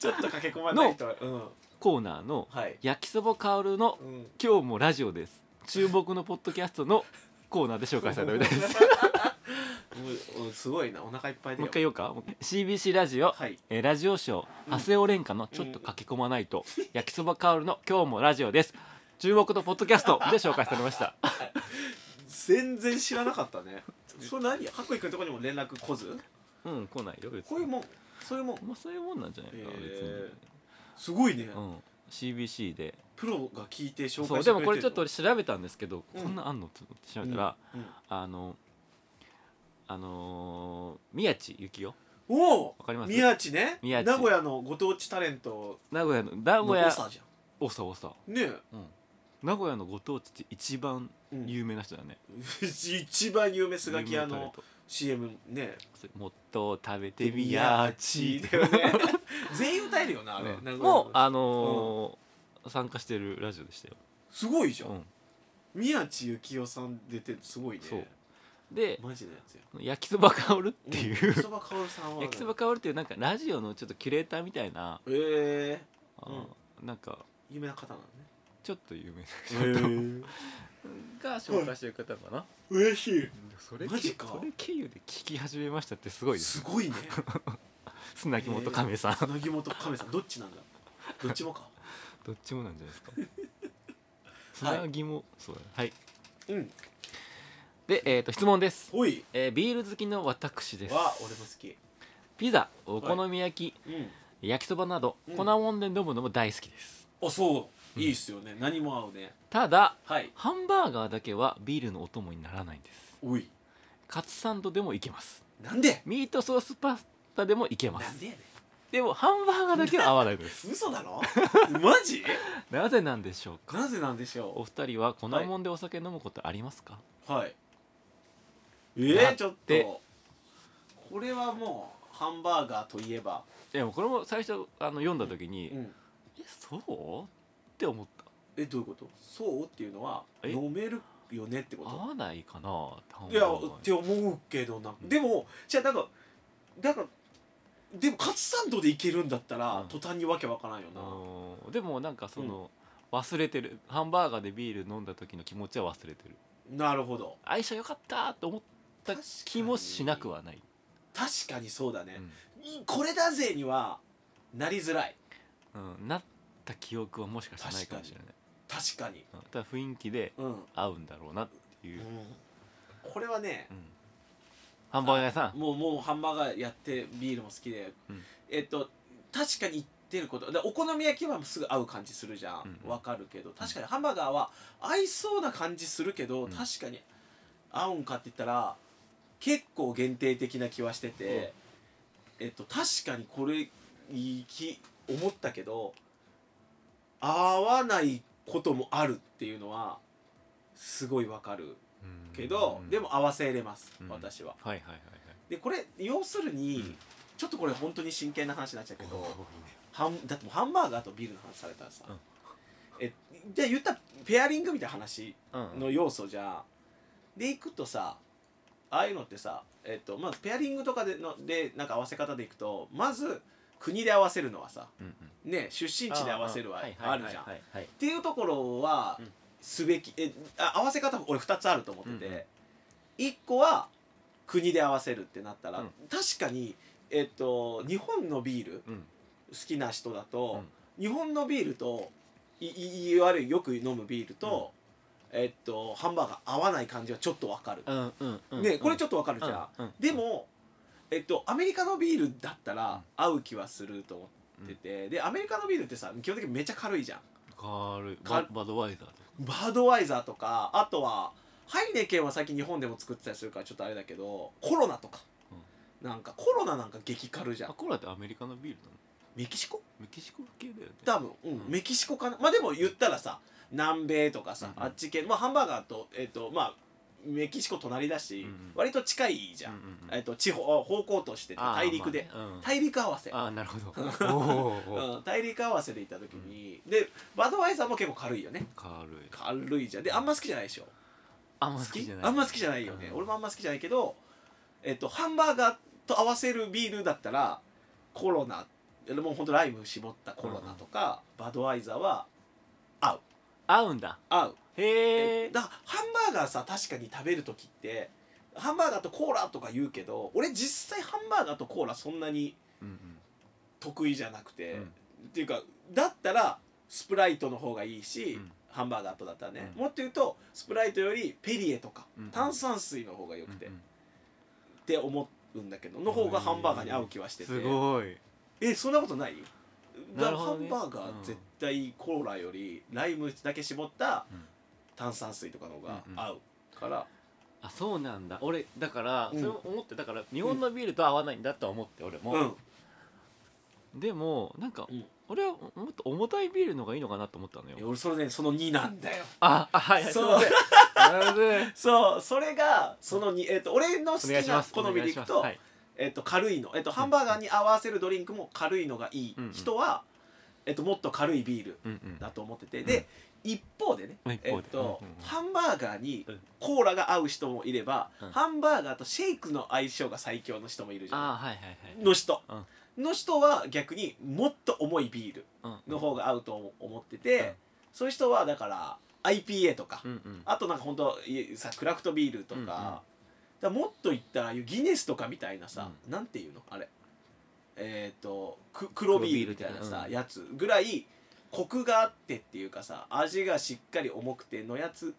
Speaker 2: ちょっと駆け込まないとうん
Speaker 1: コーナーの
Speaker 2: はい
Speaker 1: 焼きそばカオルの
Speaker 2: うん
Speaker 1: 今日もラジオです注目のポッドキャストのコーナーで紹介されたみたいです
Speaker 2: もうすごいなお腹いっぱいで
Speaker 1: もう一回言おうかもう一回 CBC ラジオ、
Speaker 2: はい
Speaker 1: えーラジオショー
Speaker 2: うん
Speaker 1: 長谷尾廉歌のちょっと駆け込まないと、焼きそばカオルの今日もラジオです注目のポッドキャストで紹介されました
Speaker 2: 全然知らなかっ たねそれ何白衣くんとこにも連絡来ず
Speaker 1: うん来ないよ別
Speaker 2: こういうもんそういうもん
Speaker 1: まあそういうもんなんじゃないかな、
Speaker 2: へすごいね、
Speaker 1: 別に、うん、CBC で
Speaker 2: プロが聞いて紹
Speaker 1: そ
Speaker 2: 介
Speaker 1: う
Speaker 2: して
Speaker 1: で
Speaker 2: くれてる
Speaker 1: もこれちょっと俺調べたんですけど、
Speaker 2: うん
Speaker 1: こんなあんのって調べたら、
Speaker 2: うんうん
Speaker 1: あのあのー、宮地幸雄
Speaker 2: おお
Speaker 1: わかります
Speaker 2: 宮地ね
Speaker 1: 宮地
Speaker 2: 名古屋のご当地タレント
Speaker 1: 名古屋の名
Speaker 2: の
Speaker 1: 古屋
Speaker 2: 長じゃ
Speaker 1: おさおさ、
Speaker 2: んね
Speaker 1: うん、名古屋のご当地で一番
Speaker 2: え、うん
Speaker 1: 有名な人だね、
Speaker 2: 一番有名スガキ屋
Speaker 1: 有名なタレン
Speaker 2: の
Speaker 1: ト
Speaker 2: CM ね
Speaker 1: もっと食べ
Speaker 2: 「
Speaker 1: てみやー
Speaker 2: ち
Speaker 1: ち
Speaker 2: だよね全員歌えるよ なあれ、
Speaker 1: うん
Speaker 2: 名古屋の
Speaker 1: もうあのー参加してるラジオでしたよ、
Speaker 2: すごいじゃん、
Speaker 1: うん
Speaker 2: 宮地幸雄さん出てすごいね
Speaker 1: そうで
Speaker 2: マジのやつよ
Speaker 1: 焼きそば香るってい
Speaker 2: 焼き
Speaker 1: う
Speaker 2: そばかおるさんは
Speaker 1: 焼きそば香るっていうなんかラジオのちょっとキュレーターみたいな
Speaker 2: ええ
Speaker 1: あの、なんか
Speaker 2: 有名な方なのね
Speaker 1: ちょっと有名な
Speaker 2: え
Speaker 1: が紹介してる方かな、
Speaker 2: 嬉しい
Speaker 1: それ
Speaker 2: マジか
Speaker 1: それ経由で聞き始めましたってすごいです
Speaker 2: すごいね
Speaker 1: 砂木本亀さん、
Speaker 2: なぎもと亀さんどっちなんだどっちもか
Speaker 1: どっちもなんじゃないですか 砂木も、そうだねはい
Speaker 2: うん
Speaker 1: で、えー、と質問です、
Speaker 2: おい
Speaker 1: えービール好きの私です
Speaker 2: は俺も好き
Speaker 1: ピザお好み焼き、
Speaker 2: うん
Speaker 1: 焼きそばなど
Speaker 2: うん
Speaker 1: 粉もんで飲むのも大好きです、
Speaker 2: あそういいっすよね何も合うね
Speaker 1: ただ
Speaker 2: はい
Speaker 1: ハンバーガーだけはビールのお供にならないんです
Speaker 2: おい
Speaker 1: カツサンドでもいけます
Speaker 2: なんで
Speaker 1: ミートソースパスタでもいけま
Speaker 2: なん
Speaker 1: す
Speaker 2: でやね
Speaker 1: でもハンバーガーだけは合わないです
Speaker 2: ん嘘だろマジ
Speaker 1: なぜなんでしょうか
Speaker 2: なぜなんでしょ
Speaker 1: お二人は粉もんでお酒飲むことありますか、
Speaker 2: うはい
Speaker 1: だ
Speaker 2: え
Speaker 1: っ
Speaker 2: ー、
Speaker 1: て
Speaker 2: ちょっとこれはもうハンバーガーといえば
Speaker 1: い、やもうこれも最初あの読んだ時に、
Speaker 2: うん
Speaker 1: えそうって思った
Speaker 2: えどういうことそうっていうのは
Speaker 1: え
Speaker 2: 飲めるよねってこ
Speaker 1: 合
Speaker 2: と
Speaker 1: わないかなってハン
Speaker 2: い
Speaker 1: バー
Speaker 2: や
Speaker 1: ガーに
Speaker 2: って思うけどな、
Speaker 1: うん
Speaker 2: でもじゃあなんかなんかでもカツサンドでいけるんだったら、
Speaker 1: うん
Speaker 2: 途端にわけわからんよな、
Speaker 1: うんでもなんかその、忘れてるハンバーガーでビール飲んだ時の気持ちは忘れてる
Speaker 2: なるほど
Speaker 1: 相性良かったと思った気もしなくはない、
Speaker 2: 確かにそうだね
Speaker 1: う、ん
Speaker 2: いこれだぜにはなりづらい
Speaker 1: うんなった記憶はもしかしたらないかもしれない、
Speaker 2: 確かに
Speaker 1: うん、ただ雰囲気で
Speaker 2: うん、
Speaker 1: 合うんだろうなっていう、
Speaker 2: これはね
Speaker 1: うんハンバーガー屋さん
Speaker 2: もうもうハンバーガーやってビールも好きで、
Speaker 1: うん
Speaker 2: えっと確かに言ってることでお好み焼きはすぐ合う感じするじゃん
Speaker 1: うんうん
Speaker 2: わ、かるけど確かにハンバーガーは合いそうな感じするけど、
Speaker 1: うん
Speaker 2: 確かに合うんかって言ったら結構限定的な気はしてて、えっと確かにこれいいき思ったけど合わないこともあるっていうのはすごいわかるけど、
Speaker 1: うん
Speaker 2: でも合わせれます、
Speaker 1: うん
Speaker 2: 私は。
Speaker 1: はいはいはいはい
Speaker 2: でこれ要するに、
Speaker 1: うん
Speaker 2: ちょっとこれ本当に真剣な話になっちゃうけ
Speaker 1: お
Speaker 2: ど
Speaker 1: ー
Speaker 2: ハンだってもうハンバーガーとビールの話されたらさ、
Speaker 1: うん
Speaker 2: えじゃあ言ったらペアリングみたいな話
Speaker 1: うん
Speaker 2: の要素じゃん、でいくとさああいうのってさ、えっとまあ、ペアリングとかでのでなんか合わせ方でいくとまず国で合わせるのはさ、
Speaker 1: うんうん
Speaker 2: ね、出身地で合わせるはあるじゃん。
Speaker 1: はいはいはい
Speaker 2: っていうところは
Speaker 1: うん
Speaker 2: すべき、えあ合わせ方俺2つあると思ってて、
Speaker 1: うんうん
Speaker 2: 1個は国で合わせるってなったら、
Speaker 1: うん
Speaker 2: 確かに、えっと、日本のビール好
Speaker 1: うん
Speaker 2: きな人だと、日本のビールといいいわゆるよく飲むビールと、えっと、ハンバーガー合わない感じはちょっとわかる、
Speaker 1: うんうんうん
Speaker 2: ねこれち
Speaker 1: ょっ
Speaker 2: ょっとわかるじゃん、
Speaker 1: うんうん
Speaker 2: でも、えっと、アメリカのビールだったら合う気はすると思ってて、でアメリカのビールってさ基本的にめっちゃ軽いじゃん
Speaker 1: と軽い
Speaker 2: か
Speaker 1: ババドワイザーと
Speaker 2: バードワイザーとかあとはハイネケンは最近日本でも作ってたりするからちょっとあれだけどコロナとか、なんかコロナなんか激軽じゃ
Speaker 1: あ
Speaker 2: ん
Speaker 1: コーラってアメリカのビールなの
Speaker 2: メキシコ
Speaker 1: メキシコ系だよね
Speaker 2: 多分、うん
Speaker 1: うん
Speaker 2: メキシコかなまあでも言ったらさ南米とかさ、
Speaker 1: うんうん
Speaker 2: あっち系、まあ、ハンバーガーと,、えっとまあ、メキシコ隣だし、
Speaker 1: うんうん
Speaker 2: 割と近いじゃん、
Speaker 1: うんうんうん
Speaker 2: えっと、地方方向として
Speaker 1: あー
Speaker 2: 大陸で、
Speaker 1: まあねうん
Speaker 2: 大陸合わせ、
Speaker 1: あーなるほどおーおー
Speaker 2: うん、大陸合わせで行った時に、でバードワイザーも結構軽いよね
Speaker 1: 軽い
Speaker 2: 軽いじゃんであんま好きじゃないでしょ
Speaker 1: あん
Speaker 2: 好
Speaker 1: ま好き
Speaker 2: き
Speaker 1: じゃない
Speaker 2: あんま好きじゃないよね、
Speaker 1: うん
Speaker 2: 俺もあんま好きじゃないけど、えっと、ハンバーガーと合わせるビールだったらコロナもうほんとライム絞ったコロナとか、バドワイザーは
Speaker 1: 合うんだ
Speaker 2: 合う、
Speaker 1: へえ
Speaker 2: だからハンバーガーさ確かに食べる時ってハンバーガーとコーラとか言うけど俺実際ハンバーガーとコーラそんなに
Speaker 1: うんうん
Speaker 2: 得意じゃなくて、
Speaker 1: うん
Speaker 2: っていうかだったらスプライトの方がいいし、
Speaker 1: うん
Speaker 2: ハンバーガーとだったらね、
Speaker 1: うん
Speaker 2: もっと言うとスプライトよりペリエとか、
Speaker 1: うん
Speaker 2: 炭酸水の方が良くて、
Speaker 1: うんうん
Speaker 2: って思うんだけどの方がハンバーガーに合う気はしてて
Speaker 1: すごい
Speaker 2: えそんなことない
Speaker 1: な
Speaker 2: だか
Speaker 1: る
Speaker 2: ら
Speaker 1: ほ
Speaker 2: ハ
Speaker 1: ど
Speaker 2: ン
Speaker 1: ね
Speaker 2: バーガー絶対コーラよりライムだけ絞った
Speaker 1: うん
Speaker 2: 炭酸水とかの方が
Speaker 1: うんうん
Speaker 2: 合うから
Speaker 1: あそうなんだ俺だから
Speaker 2: うん
Speaker 1: それを思ってだから日本のビールと合わないんだとは思って俺
Speaker 2: うん
Speaker 1: もでもなんか
Speaker 2: うん
Speaker 1: 俺はもっと重たいビールの方がいいのかなと思ったの
Speaker 2: いや
Speaker 1: よ
Speaker 2: 俺それねその2なんだよ
Speaker 1: ああはいはい
Speaker 2: そう
Speaker 1: すいませんなるほど ね
Speaker 2: そうそれがその2、えっと俺の好
Speaker 1: お
Speaker 2: き
Speaker 1: 願いしま
Speaker 2: な
Speaker 1: す
Speaker 2: 好みでいく
Speaker 1: お
Speaker 2: と,、
Speaker 1: 願いし
Speaker 2: えっと軽いの、えっとハンバーガーに合わせるドリンクも軽いのがいい
Speaker 1: うんうん
Speaker 2: 人は、えっともっと軽いビール
Speaker 1: ますはいうんうん
Speaker 2: だと思っててで、一方でね
Speaker 1: 一方で
Speaker 2: えっと
Speaker 1: うんうんうん
Speaker 2: ハンバーガーに
Speaker 1: うん
Speaker 2: コーラが合う人もいれば、
Speaker 1: うん
Speaker 2: ハンバーガーとシェイクの相性が最強の人もいるじゃん
Speaker 1: あーはいはいはい
Speaker 2: の人、の人は逆にもっと重いビール
Speaker 1: うん
Speaker 2: の方が合うと思ってて、
Speaker 1: うん
Speaker 2: そういう人はだから IPA とか、
Speaker 1: うんうん
Speaker 2: あとなんか本当いさクラフトビールと
Speaker 1: う
Speaker 2: か,、
Speaker 1: んうん
Speaker 2: だからもっと言ったらああいうギネスとかみたいなさ、なんていうのあれえっ、とく黒ビールみたいな
Speaker 1: 黒ビールみたい
Speaker 2: さ
Speaker 1: な、うん
Speaker 2: やつぐらいコクがあってっていうかさ味がしっかり重くてのやつ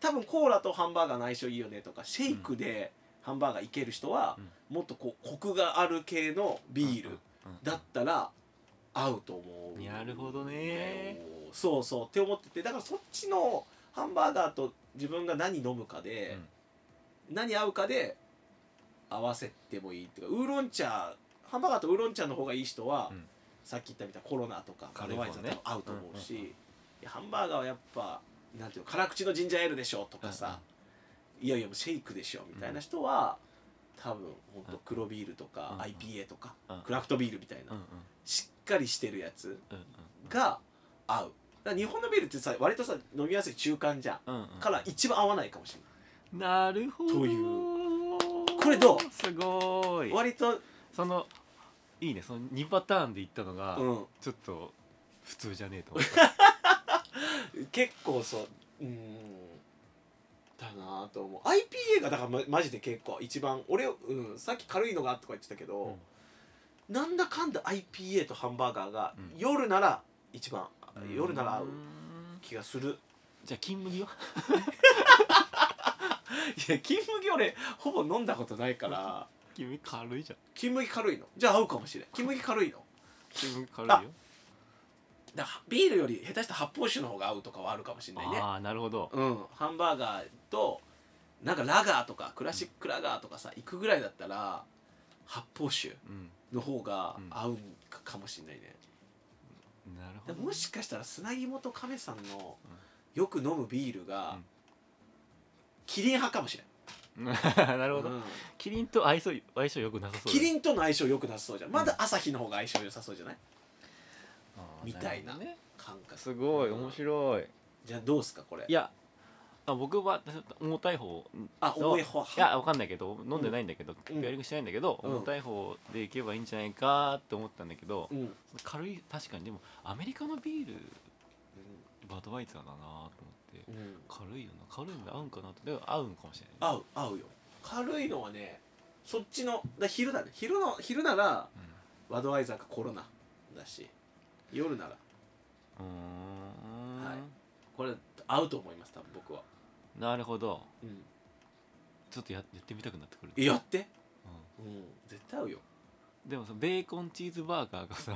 Speaker 2: 多分コーラとハンバーガーの相性いいよねとかシェイクでハンバーガーいける人は、もっとこうコクがある系のビール
Speaker 1: うん
Speaker 2: だったら合うと思う
Speaker 1: なるほどね
Speaker 2: そうそうって思っててだからそっちのハンバーガーと自分が何飲むかで、何合うかで合わせてもいいっていうかウーロン茶ハンバーガーとウーロン茶の方がいい人は、
Speaker 1: うん
Speaker 2: さっき言ったみたいなコロナとかカ
Speaker 1: 軽い
Speaker 2: ル
Speaker 1: 方
Speaker 2: ワ
Speaker 1: ね
Speaker 2: イザーとか合うと思うし、
Speaker 1: うんうん
Speaker 2: いやハンバーガーはやっぱなんていうの辛口のジンジャーエールでしょとかさ、いやいやもうシェイクでしょみたいな人は、多分本当黒ビールとか、
Speaker 1: うん
Speaker 2: IPA とか、
Speaker 1: うん
Speaker 2: クラフトビールみたいな、
Speaker 1: うんうん
Speaker 2: しっかりしてるやつ
Speaker 1: うん
Speaker 2: が合うだから日本のビールってさ割とさ飲みやすい中間じゃん、
Speaker 1: うんうんうん
Speaker 2: から一番合わないかもしれ
Speaker 1: なるほど
Speaker 2: というこれどう
Speaker 1: すご
Speaker 2: ないい割と
Speaker 1: そのいいねその2パターンで言ったのが、
Speaker 2: う
Speaker 1: ちょっと普通じゃねえと思った
Speaker 2: ん結構そううんだなぁと思う IPA がだからまマジで結構一番俺、うん、さっき軽いのがとか言ってたけど、なんだかんだ IPA とハンバーガーが、
Speaker 1: うん
Speaker 2: 夜なら一番夜なら合う
Speaker 1: うん
Speaker 2: 気がする
Speaker 1: じゃあ金麦はい
Speaker 2: や金麦俺ほぼ飲んだことないから
Speaker 1: 金麦軽いじゃん
Speaker 2: 金麦軽いのじゃあ合うかもしれん金麦軽いの
Speaker 1: 金麦軽い
Speaker 2: あ
Speaker 1: よ
Speaker 2: だからビールより下手したら発泡酒の方が合うとかはあるかもしれないね
Speaker 1: ああなるほど
Speaker 2: うんハンバーガーとなんかラガーとかクラシックラガーとかさ行くぐらいだったら発泡酒
Speaker 1: うん
Speaker 2: の方が
Speaker 1: うん
Speaker 2: 合うかかもしれないね、
Speaker 1: なる
Speaker 2: で
Speaker 1: ほど
Speaker 2: もしかしたら砂肝と亀さんの
Speaker 1: うん
Speaker 2: よく飲むビールが、
Speaker 1: うん
Speaker 2: キリン派かもしれん
Speaker 1: なるほど、
Speaker 2: うん
Speaker 1: キリンと相性相性良くなさそう
Speaker 2: キリ
Speaker 1: ン
Speaker 2: ンとの相性良くなさそうじゃんまだ朝日の方が相性良さそうじゃないみたいな
Speaker 1: ね
Speaker 2: 感覚
Speaker 1: すごい面白い
Speaker 2: じゃあどうすかこれ
Speaker 1: いやあ僕はちょっと重たい方
Speaker 2: あ
Speaker 1: そう
Speaker 2: 重い方
Speaker 1: いやわかんないけど飲んでないんだけど、
Speaker 2: うん
Speaker 1: ベアリングしてないんだけど、
Speaker 2: うん
Speaker 1: 重たい方でいけばいいんじゃないかって思ったんだけど、
Speaker 2: うん
Speaker 1: 軽い確かにでもアメリカのビールバドワイザーだなと思って
Speaker 2: うん
Speaker 1: 軽いよな軽いので合うんかなってでも合うんかもしれない、
Speaker 2: 合う合うよ軽いのはねそっちのだ昼だね昼の昼ならワドワイザーかコロナだし夜なら
Speaker 1: うんうーん、
Speaker 2: はこれ合うと思います多分僕は、
Speaker 1: なるほど
Speaker 2: うん、
Speaker 1: ちょっとややってみたくなってくる
Speaker 2: やって
Speaker 1: う
Speaker 2: うん絶対合うよ
Speaker 1: んでもさベーコンチーズバーガーがさ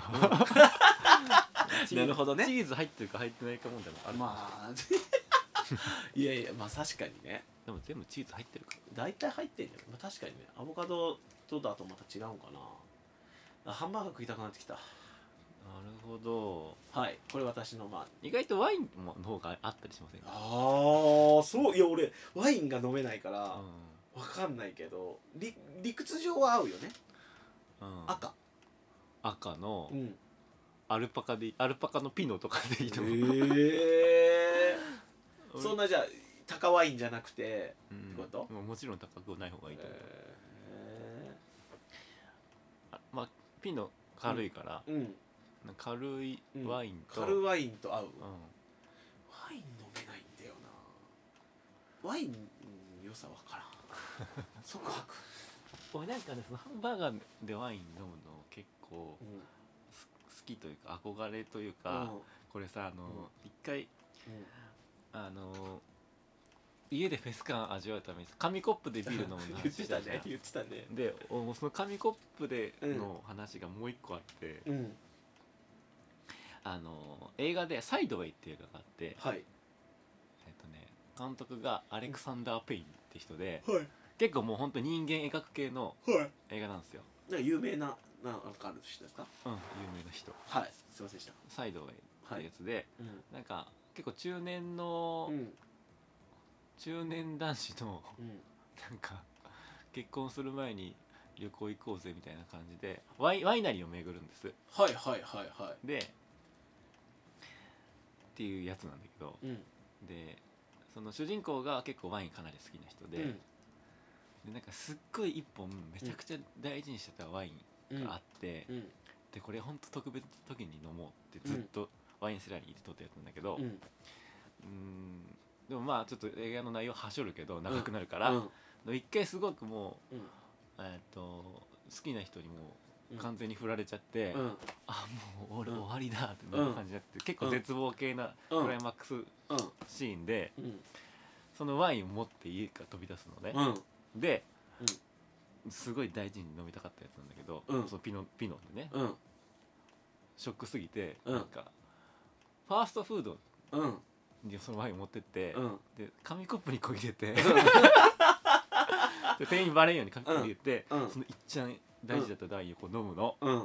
Speaker 1: チーズ
Speaker 2: なるほどね
Speaker 1: チーズ入ってるか入ってないか問題もある
Speaker 2: まあ いやいやまあ確かにね
Speaker 1: でも全部チーズ入ってるから
Speaker 2: 大体入ってんじゃん、まあ、確かにねアボカドとだとまた違うんかなあハンバーガー食いたくなってきた
Speaker 1: なるほど
Speaker 2: はいこれ私のまあ
Speaker 1: 意外とワインもの方があったりしませんか
Speaker 2: ああそういや俺ワインが飲めないから、
Speaker 1: う
Speaker 2: わかんないけど理理屈上は合うよね
Speaker 1: んうん
Speaker 2: 赤
Speaker 1: 赤の
Speaker 2: うん
Speaker 1: アルパカでアルパカのピノとかでいいと思う、
Speaker 2: え
Speaker 1: 俺
Speaker 2: そんなじゃあ高ワインじゃなくて
Speaker 1: うん
Speaker 2: ってこと
Speaker 1: もうもちろん高くない方がいいと思う、
Speaker 2: え
Speaker 1: あまあピノ軽いから、
Speaker 2: ーうん
Speaker 1: なんか軽いワインと、
Speaker 2: 軽ワインと合う
Speaker 1: うん
Speaker 2: ワイン飲めないんだよなワインうん良さわからん即白
Speaker 1: 俺なんかねそのハンバーガーでワイン飲むの結構
Speaker 2: うんうん
Speaker 1: す好きというか憧れというか、これ さあの、一回
Speaker 2: うん
Speaker 1: あの家でフェス感味わうために紙コップでビール飲むの話
Speaker 2: 言ってた
Speaker 1: じゃん
Speaker 2: ね言ってたね
Speaker 1: でおその紙コップでの話がもう一個あって、
Speaker 2: うん
Speaker 1: あの映画で「サイドウェイ」っていう映画があって、
Speaker 2: はい
Speaker 1: えっとね、監督がアレクサンダー・ペインって人で
Speaker 2: はい
Speaker 1: 結構もうほんと人間描く系の
Speaker 2: はい
Speaker 1: 映画なんですよ
Speaker 2: なんか有名ななんかある人ですか
Speaker 1: うん、有名な人
Speaker 2: はいすいませんでした
Speaker 1: サイドウェイって
Speaker 2: はい
Speaker 1: いうやつで、
Speaker 2: うん
Speaker 1: なんか結構中年の、
Speaker 2: うん
Speaker 1: 中年男子の
Speaker 2: うん
Speaker 1: なんか結婚する前に旅行行こうぜみたいな感じでワイワイナリーを巡るんです
Speaker 2: はいはいはいは
Speaker 1: でっていうやつなんだけど
Speaker 2: いうん
Speaker 1: でその主人公が結構ワインかなり好きな人で,、
Speaker 2: うん
Speaker 1: でなんかすっごい一本めちゃくちゃ大事にしてたワインがあって、
Speaker 2: うん
Speaker 1: でこれほんと特別な時に飲もうってずっとワインセラリーで撮ったやつなんだけど、
Speaker 2: うん
Speaker 1: うーんでもまあちょっと映画の内容はしょるけど長くなるから、
Speaker 2: うん
Speaker 1: で一回すごくもう、
Speaker 2: うん
Speaker 1: えーっと好きな人にも
Speaker 2: う
Speaker 1: うん完全に振られちゃって、
Speaker 2: うん
Speaker 1: あもう俺
Speaker 2: うん
Speaker 1: 終わりだってなる感じになって、結構絶望系な
Speaker 2: うん
Speaker 1: クライマックス
Speaker 2: うん
Speaker 1: シーンで、
Speaker 2: うん
Speaker 1: そのワインを持って家から飛び出すのね、
Speaker 2: うん
Speaker 1: で、すごい大事に飲みたかったやつなんだけど、
Speaker 2: うん
Speaker 1: そのピノピノってね
Speaker 2: うん
Speaker 1: ショックすぎて、
Speaker 2: うん
Speaker 1: なんかファーストフード
Speaker 2: うん
Speaker 1: にそのワインを持ってって、
Speaker 2: うん
Speaker 1: で紙コップにこぎれてで店員バレんように紙コップに入れて、
Speaker 2: うんうん
Speaker 1: その一ん大事だったワインをこう飲むの、
Speaker 2: うん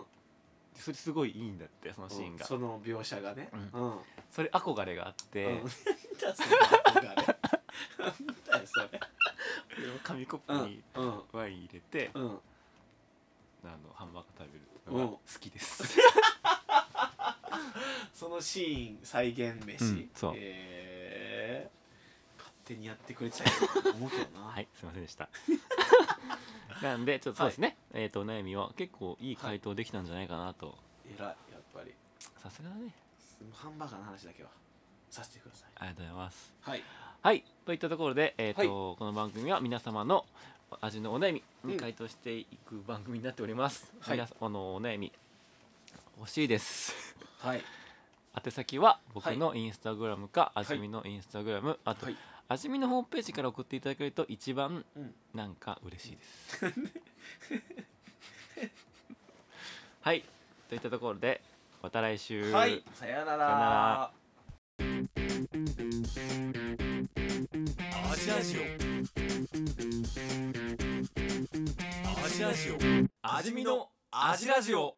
Speaker 1: でそれすごいいいんだってそのシーンが、
Speaker 2: その描写がね
Speaker 1: う
Speaker 2: うん
Speaker 1: それ憧れがあって、
Speaker 2: うんなんだその憧れなんだよそれ
Speaker 1: 紙コ
Speaker 2: う
Speaker 1: ップに
Speaker 2: んうん
Speaker 1: ワイン入れて、
Speaker 2: うん
Speaker 1: あのハンバーガー食べるっていうのが好き です、
Speaker 2: そのシーン再現飯、
Speaker 1: うんそう
Speaker 2: えー勝手にやってくれてたと思うけどな、
Speaker 1: はいすいませんでした なんでちょっとそうですね、えっ、とお悩みは結構いい回答できたんじゃないかなと
Speaker 2: 偉いやっぱり
Speaker 1: さすがだね
Speaker 2: ハンバーガーの話だけはさせてください
Speaker 1: ありがとうございます
Speaker 2: はい
Speaker 1: はいといったところで、えーとこの番組は皆様の味のお悩みに回答していく番組になっております、
Speaker 2: はい
Speaker 1: 皆さんあのお悩み欲しいです
Speaker 2: はい
Speaker 1: 宛先は僕のインスタグラムか、
Speaker 2: い
Speaker 1: 味見のインスタグラム、あと、
Speaker 2: はい
Speaker 1: 味見のホームページから送っていただけると一番
Speaker 2: うん
Speaker 1: なんか嬉しいです、 はいといったところでまた来週、
Speaker 2: はいさよなら
Speaker 1: さよなら
Speaker 3: アジアジオアジアジオ味見のアジラジオ